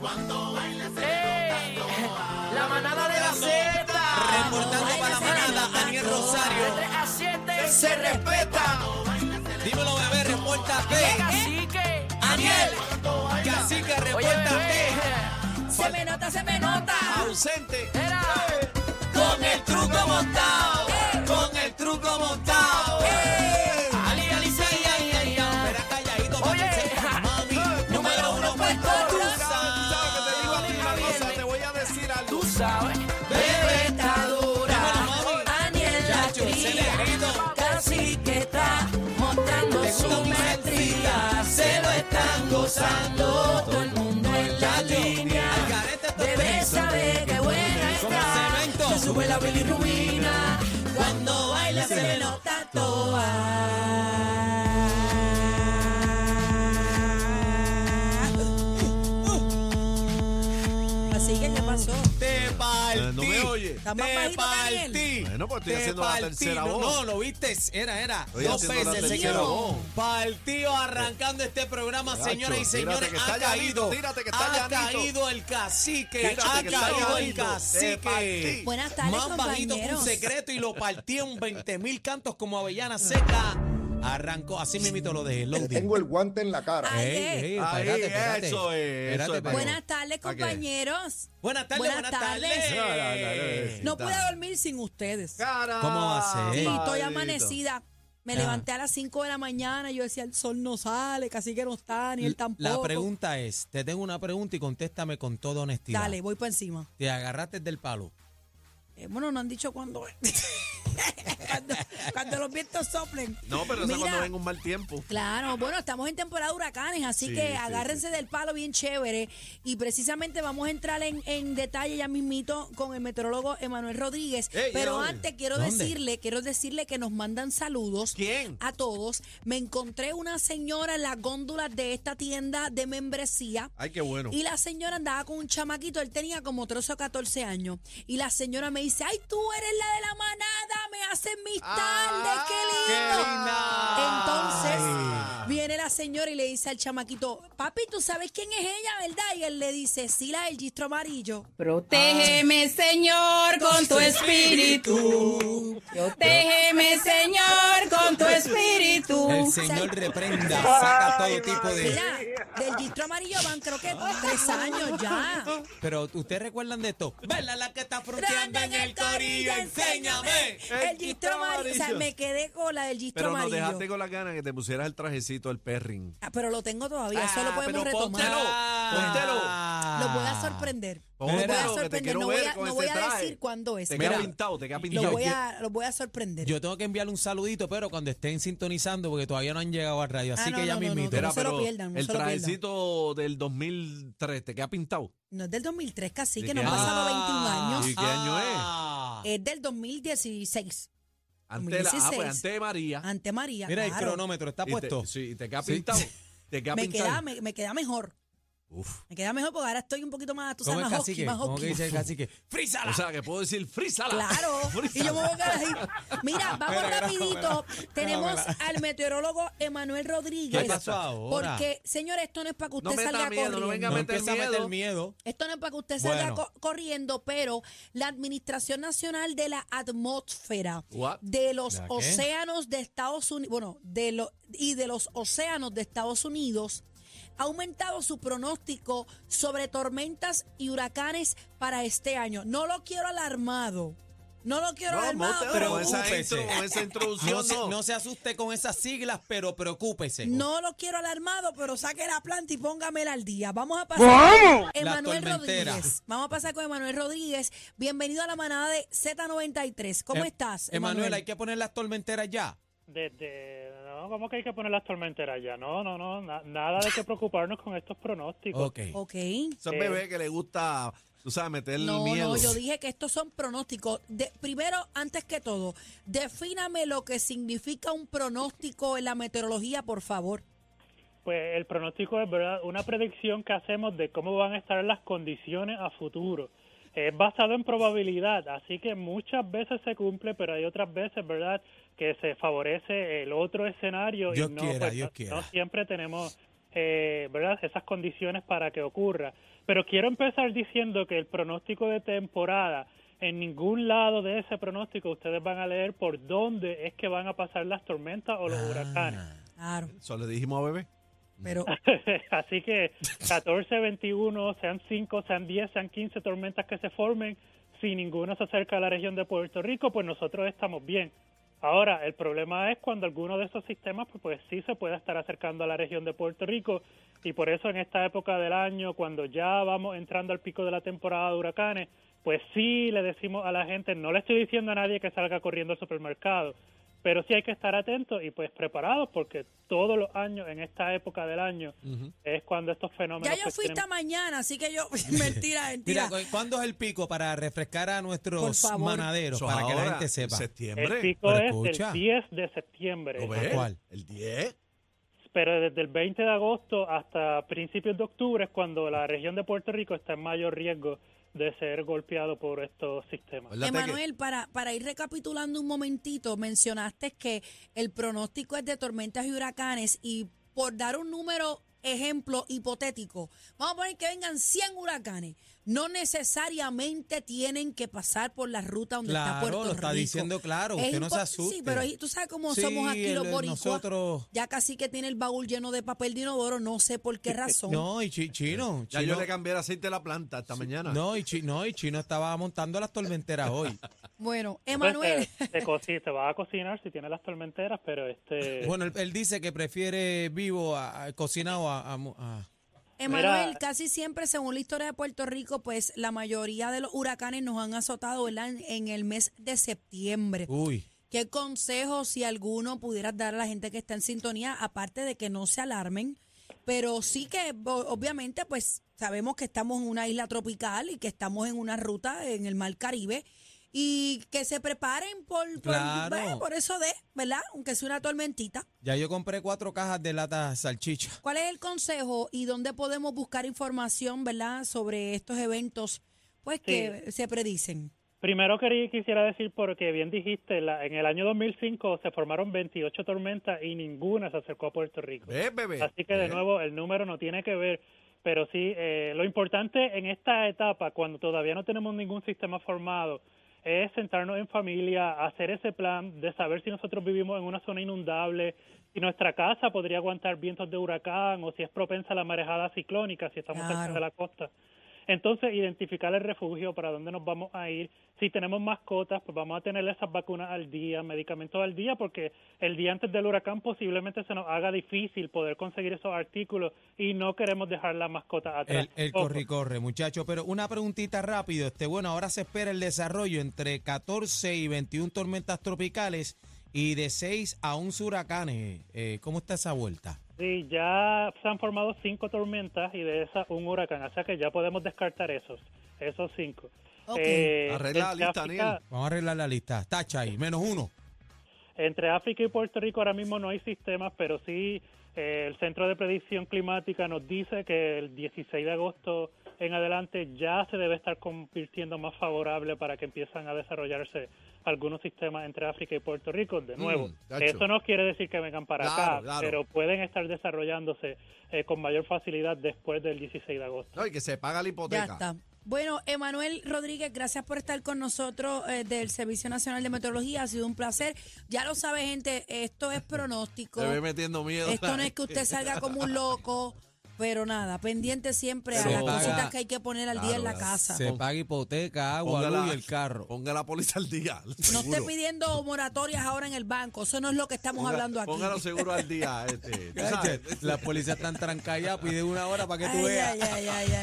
Cuando bailas ¡Ey! La manada de la Z. Reportando para la manada, Daniel De Rosario. 3 a 7. Se respeta. Dímelo, bebé, repórtate. Cacique. Aniel, cacique, Oye, bebé. repórtate. Se me nota, se me nota. Ausente. Era. Con el truco montado. Con el truco montado. Ali, ali, sí, ay, ay, ay. Espera, calladito, papi, Oye. senta, mami. Número uno, Puerto Tú Rico. ¿Sabes lo que te digo a ti? Una cosa, te voy a decir algo. Tú sabes. Bebé está dura. Dímelo, mami. Aniel la Chacho, se le grito. cría. Casi que está mostrando Te gusta su mi maestría. maestría. Se lo están gozando. Todo el mundo en la línea. Al garete estos Debe tres. saber que buena está. cemento. Se sube la bilirrubina. Cuando baila se le nota toa. Así que, ¿qué pasó? Te partí. Eh, no me oye. Te Está más bajito, Daniel. partí. Bueno, pues estoy Te haciendo la partí. tercera No, voz. No, lo viste, era, era. Estoy Dos haciendo la veces se tercera voz. quedó. Partido arrancando este programa, Chacho, señoras y tírate señores. que Ha está llanito, caído. tírate que está Ha llanito. caído el cacique. Tírate Ha que está caído el llanito. Te cacique. partí. Buenas tardes, Más bajito que un compañeros. secreto y lo partí en 20 mil cantos como avellana seca. Arrancó, así mismito lo dejé. Lo Tengo el guante en la cara. Ay, Ahí, eso es, eso es, Buenas Buenas tardes, ¿Para qué? compañeros. Buenas tardes, buenas, tardes. No, no, no, no, No está. pude dormir sin ustedes. Sí, ¿Cómo va a ser? estoy Maldito. amanecida. Me Ajá. levanté a las 5 de la mañana y yo decía, el sol no sale, casi que no está, ni él tampoco. La pregunta es, te tengo una pregunta y contéstame con toda honestidad. Dale, voy por encima. Te agarraste del palo. Eh, bueno, no han dicho cuándo es. cuando, cuando los vientos soplen. No, pero eso es Mira, cuando venga un mal tiempo. Claro, bueno, estamos en temporada de huracanes, así Sí, que sí, agárrense del palo bien chévere. Y precisamente vamos a entrar en, en detalle ya mismito con el meteorólogo Emanuel Rodríguez. Ey, pero ¿y dónde? antes quiero ¿Dónde? decirle, quiero decirle que nos mandan saludos. ¿Quién? A todos. Me encontré una señora en las góndolas de esta tienda de membresía. Ay, qué bueno. Y la señora andaba con un chamaquito, él tenía como 13 o 14 años. Y la señora me dice, ay, tú eres la de la manada, me hacen mis Ah, tardes, qué lindo. Entonces viene la señora y le dice al chamaquito, papi, ¿tú sabes quién es ella, verdad? Y él le dice, sí, la del gistro amarillo. Protégeme, Señor, con tu espíritu. Protégeme, Señor, con tu El espíritu. Señor reprenda, saca todo tipo de... Mira, del gistro amarillo van creo que tres años ya. Pero ustedes recuerdan de esto. Vela la que está fronteando en el corillo, enséñame. El gistro amarillo. O sea, me quedé con la del gistro Pero nos amarillo. dejaste con las ganas que te pusieras el trajecito al perrin. Ah, pero lo tengo todavía, eso lo Ah, podemos pero póntelo. retomar. Ah. Lo voy a sorprender. Lo voy Mira, a lo que te sorprender. quiero No voy ver a, con no ese voy a traje. decir cuándo es. Te Mira, queda Pues Mira, pintado, te queda y yo Lo pintado. voy a, lo voy a sorprender. Yo tengo que enviarle un saludito, pero cuando estén sintonizando, porque todavía no han llegado al radio, Ah, así no, que ya no, no, no, mismito. que no Era, se lo pero pierdan, no el se lo pierdan. trajecito del 2003, ¿te queda pintado? No es del 2003, casi ¿De que qué no han año? pasado 21 Ah, años. ¿Y qué año es? ah. Es del 2016, Ante la, ah, 2016. pues ante María. ante María. Mira, el claro. cronómetro está Y te- puesto. Sí, y te queda Sí. pintado. Te queda Me queda, pintado. me, me queda mejor. Uf. Me queda mejor porque ahora estoy un poquito más, tú ¿Cómo sabes, es más hockey, cacique? más ¿Cómo que hockey. dice el cacique? ¡Frízala! O sea, que puedo decir frízala. Claro. Y yo me voy a quedar ahí. Mira, vamos Mira, rapidito. grábamela, Tenemos grábamela. al meteorólogo Emanuel Rodríguez. ¿Qué pasó ahora? Porque, señores, esto no es para que usted No meta salga miedo, no corriendo. venga no meter empieza a meter miedo. miedo. Esto no es para que usted salga Bueno. co- corriendo, pero la Administración Nacional de la Atmósfera What? de los ¿La qué? océanos de Estados Unidos, bueno, de lo- y de los océanos de Estados Unidos ha aumentado su pronóstico sobre tormentas y huracanes para este año. No lo quiero alarmado. No lo quiero No, alarmado. Motero, pero con esa, preocúpese. intro, con esa introducción No se, no. no se asuste con esas siglas, pero preocúpese. No lo quiero alarmado, pero saque la planta y póngamela al día. Vamos a pasar con Emanuel La tormentera. Rodríguez. Vamos a pasar con Emanuel Rodríguez. Bienvenido a la manada de Z93. ¿Cómo Em- estás, Emanuel, Emanuel? hay que poner las tormenteras ya. Desde, no, ¿cómo que hay que poner las tormenteras ya? No, no, no, na- nada de que preocuparnos con estos pronósticos. Ok. Ok. Son bebés que le gusta, tú sabes, meter Eh. No, miedo. no, yo dije que estos son pronósticos. De- primero, antes que todo, defíname lo que significa un pronóstico en la meteorología, por favor. Pues el pronóstico es ¿verdad? una predicción que hacemos de cómo van a estar las condiciones a futuro. Es basado en probabilidad, así que muchas veces se cumple, pero hay otras veces, ¿verdad?, que se favorece el otro escenario Dios y no, quiera, pues, Dios no- no quiera. siempre tenemos eh, ¿verdad? esas condiciones para que ocurra. Pero quiero empezar diciendo que el pronóstico de temporada, en ningún lado de ese pronóstico ustedes van a leer por dónde es que van a pasar las tormentas o Ah. los huracanes. Claro, Eso le dijimos a bebé. pero Así que 14, 21, sean 5, sean 10, sean 15 tormentas que se formen, si ninguna se acerca a la región de Puerto Rico, pues nosotros estamos bien. Ahora, el problema es cuando alguno de esos sistemas, pues, pues sí se puede estar acercando a la región de Puerto Rico, y por eso en esta época del año, cuando ya vamos entrando al pico de la temporada de huracanes, pues sí le decimos a la gente, no le estoy diciendo a nadie que salga corriendo al supermercado, pero sí hay que estar atentos y pues preparados porque todos los años en esta época del año es cuando estos fenómenos ya yo pues, fui tienen- esta mañana, así que yo. mentira, Mira, mentira. cu- ¿cuándo es el pico para refrescar a Por nuestros favor. manaderos? Eso Para que la ahora, gente sepa. En el septiembre. pico pero es escucha. del 10 de septiembre ¿Lo ves? ¿Cuál? El 10. pero desde el 20 de agosto hasta principios de octubre es cuando la región de Puerto Rico está en mayor riesgo de ser golpeado por estos sistemas Acuérdate que- Emanuel, para, para ir recapitulando un momentito, mencionaste que el pronóstico es de tormentas y huracanes y por dar un número ejemplo hipotético, vamos a poner que vengan 100 huracanes, no necesariamente tienen que pasar por la ruta donde está Claro, Puerto lo está Rico. diciendo claro, usted no se impo- asuste. Sí, pero ahí- tú sabes cómo Sí, somos aquí los el- boricuas. nosotros- Ya casi que tiene el baúl lleno de papel de inodoro, no sé por qué razón. No, y chi- chino. Ya chino yo le cambié el aceite a la planta esta mañana. no, y chi- no, y chino estaba montando las tormenteras hoy. Bueno, Pues, Emanuel, eh, te, coci- te vas a cocinar si tienes las tormenteras pero este Bueno, él, él dice que prefiere vivo a, a- cocinado a, a mu- a- Emanuel, Mira. casi siempre, según la historia de Puerto Rico, pues la mayoría de los huracanes nos han azotado ¿verdad? En, en el mes de septiembre. Uy. ¿Qué consejo, si alguno, pudieras dar a la gente que está en sintonía, aparte de que no se alarmen? Pero sí que, bo- obviamente, pues sabemos que estamos en una isla tropical y que estamos en una ruta en el Mar Caribe y que se preparen por, por, Claro. eh, por eso de, ¿verdad? Aunque sea una tormentita. Ya yo compré cuatro cajas de lata salchicha. ¿Cuál es el consejo y dónde podemos buscar información, verdad, sobre estos eventos, pues que se predicen? Primero quería, quisiera decir, porque bien dijiste, la- en el año 2005 se formaron 28 tormentas y ninguna se acercó a Puerto Rico. ¿Ves, bebé? Así que de ¿Ves? nuevo el número no tiene que ver, pero sí, eh, lo importante en esta etapa, cuando todavía no tenemos ningún sistema formado, es sentarnos en familia, hacer ese plan de saber si nosotros vivimos en una zona inundable, si nuestra casa podría aguantar vientos de huracán o si es propensa a la marejada ciclónica, si estamos cerca Claro. de la costa. Entonces, identificar el refugio, para dónde nos vamos a ir. Si tenemos mascotas, pues vamos a tener esas vacunas al día, medicamentos al día, porque el día antes del huracán posiblemente se nos haga difícil poder conseguir esos artículos y no queremos dejar la mascota atrás. El, el Ojo. corri corre, muchacho. Pero una preguntita rápido. Este, bueno, ahora se espera el desarrollo entre 14 y 21 tormentas tropicales y de 6 a 11 huracanes. Eh, ¿Cómo está esa vuelta? Sí, ya se han formado cinco tormentas y de esas un huracán, o sea que ya podemos descartar esos, esos cinco. Ok. Arregla la entre lista, África- Daniel. Vamos a arreglar la lista. Tacha ahí, menos uno. Entre África y Puerto Rico ahora mismo no hay sistemas, pero sí eh, el Centro de Predicción Climática nos dice que el 16 de agosto en adelante ya se debe estar convirtiendo más favorable para que empiezan a desarrollarse algunos sistemas entre África y Puerto Rico. De nuevo, Mm, chacho. eso no quiere decir que vengan para Claro, acá, claro. pero pueden estar desarrollándose eh, con mayor facilidad después del 16 de agosto. No, y que se paga la hipoteca. Ya está. Bueno, Emanuel Rodríguez, gracias por estar con nosotros eh, del Servicio Nacional de Meteorología. Ha sido un placer. Ya lo sabe, gente, esto es pronóstico. Se ve metiendo miedo. Esto no es que usted salga como un loco, pero nada, pendiente siempre a Se las paga. cositas que hay que poner al día en la Claro, casa. Se paga hipoteca, agua, luz y el carro. Ponga la póliza al día. No seguro. esté pidiendo moratorias ahora en el banco. Eso no es lo que estamos Ponga- hablando aquí. Póngalo seguro al día. Este, ¿tú sabes? Las policías están trancadas ya, pide una hora para que tú Ay, veas. ay, ay, ay, ay.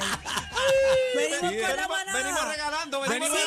Venimos con la Venimos manada. regalando, venimos Así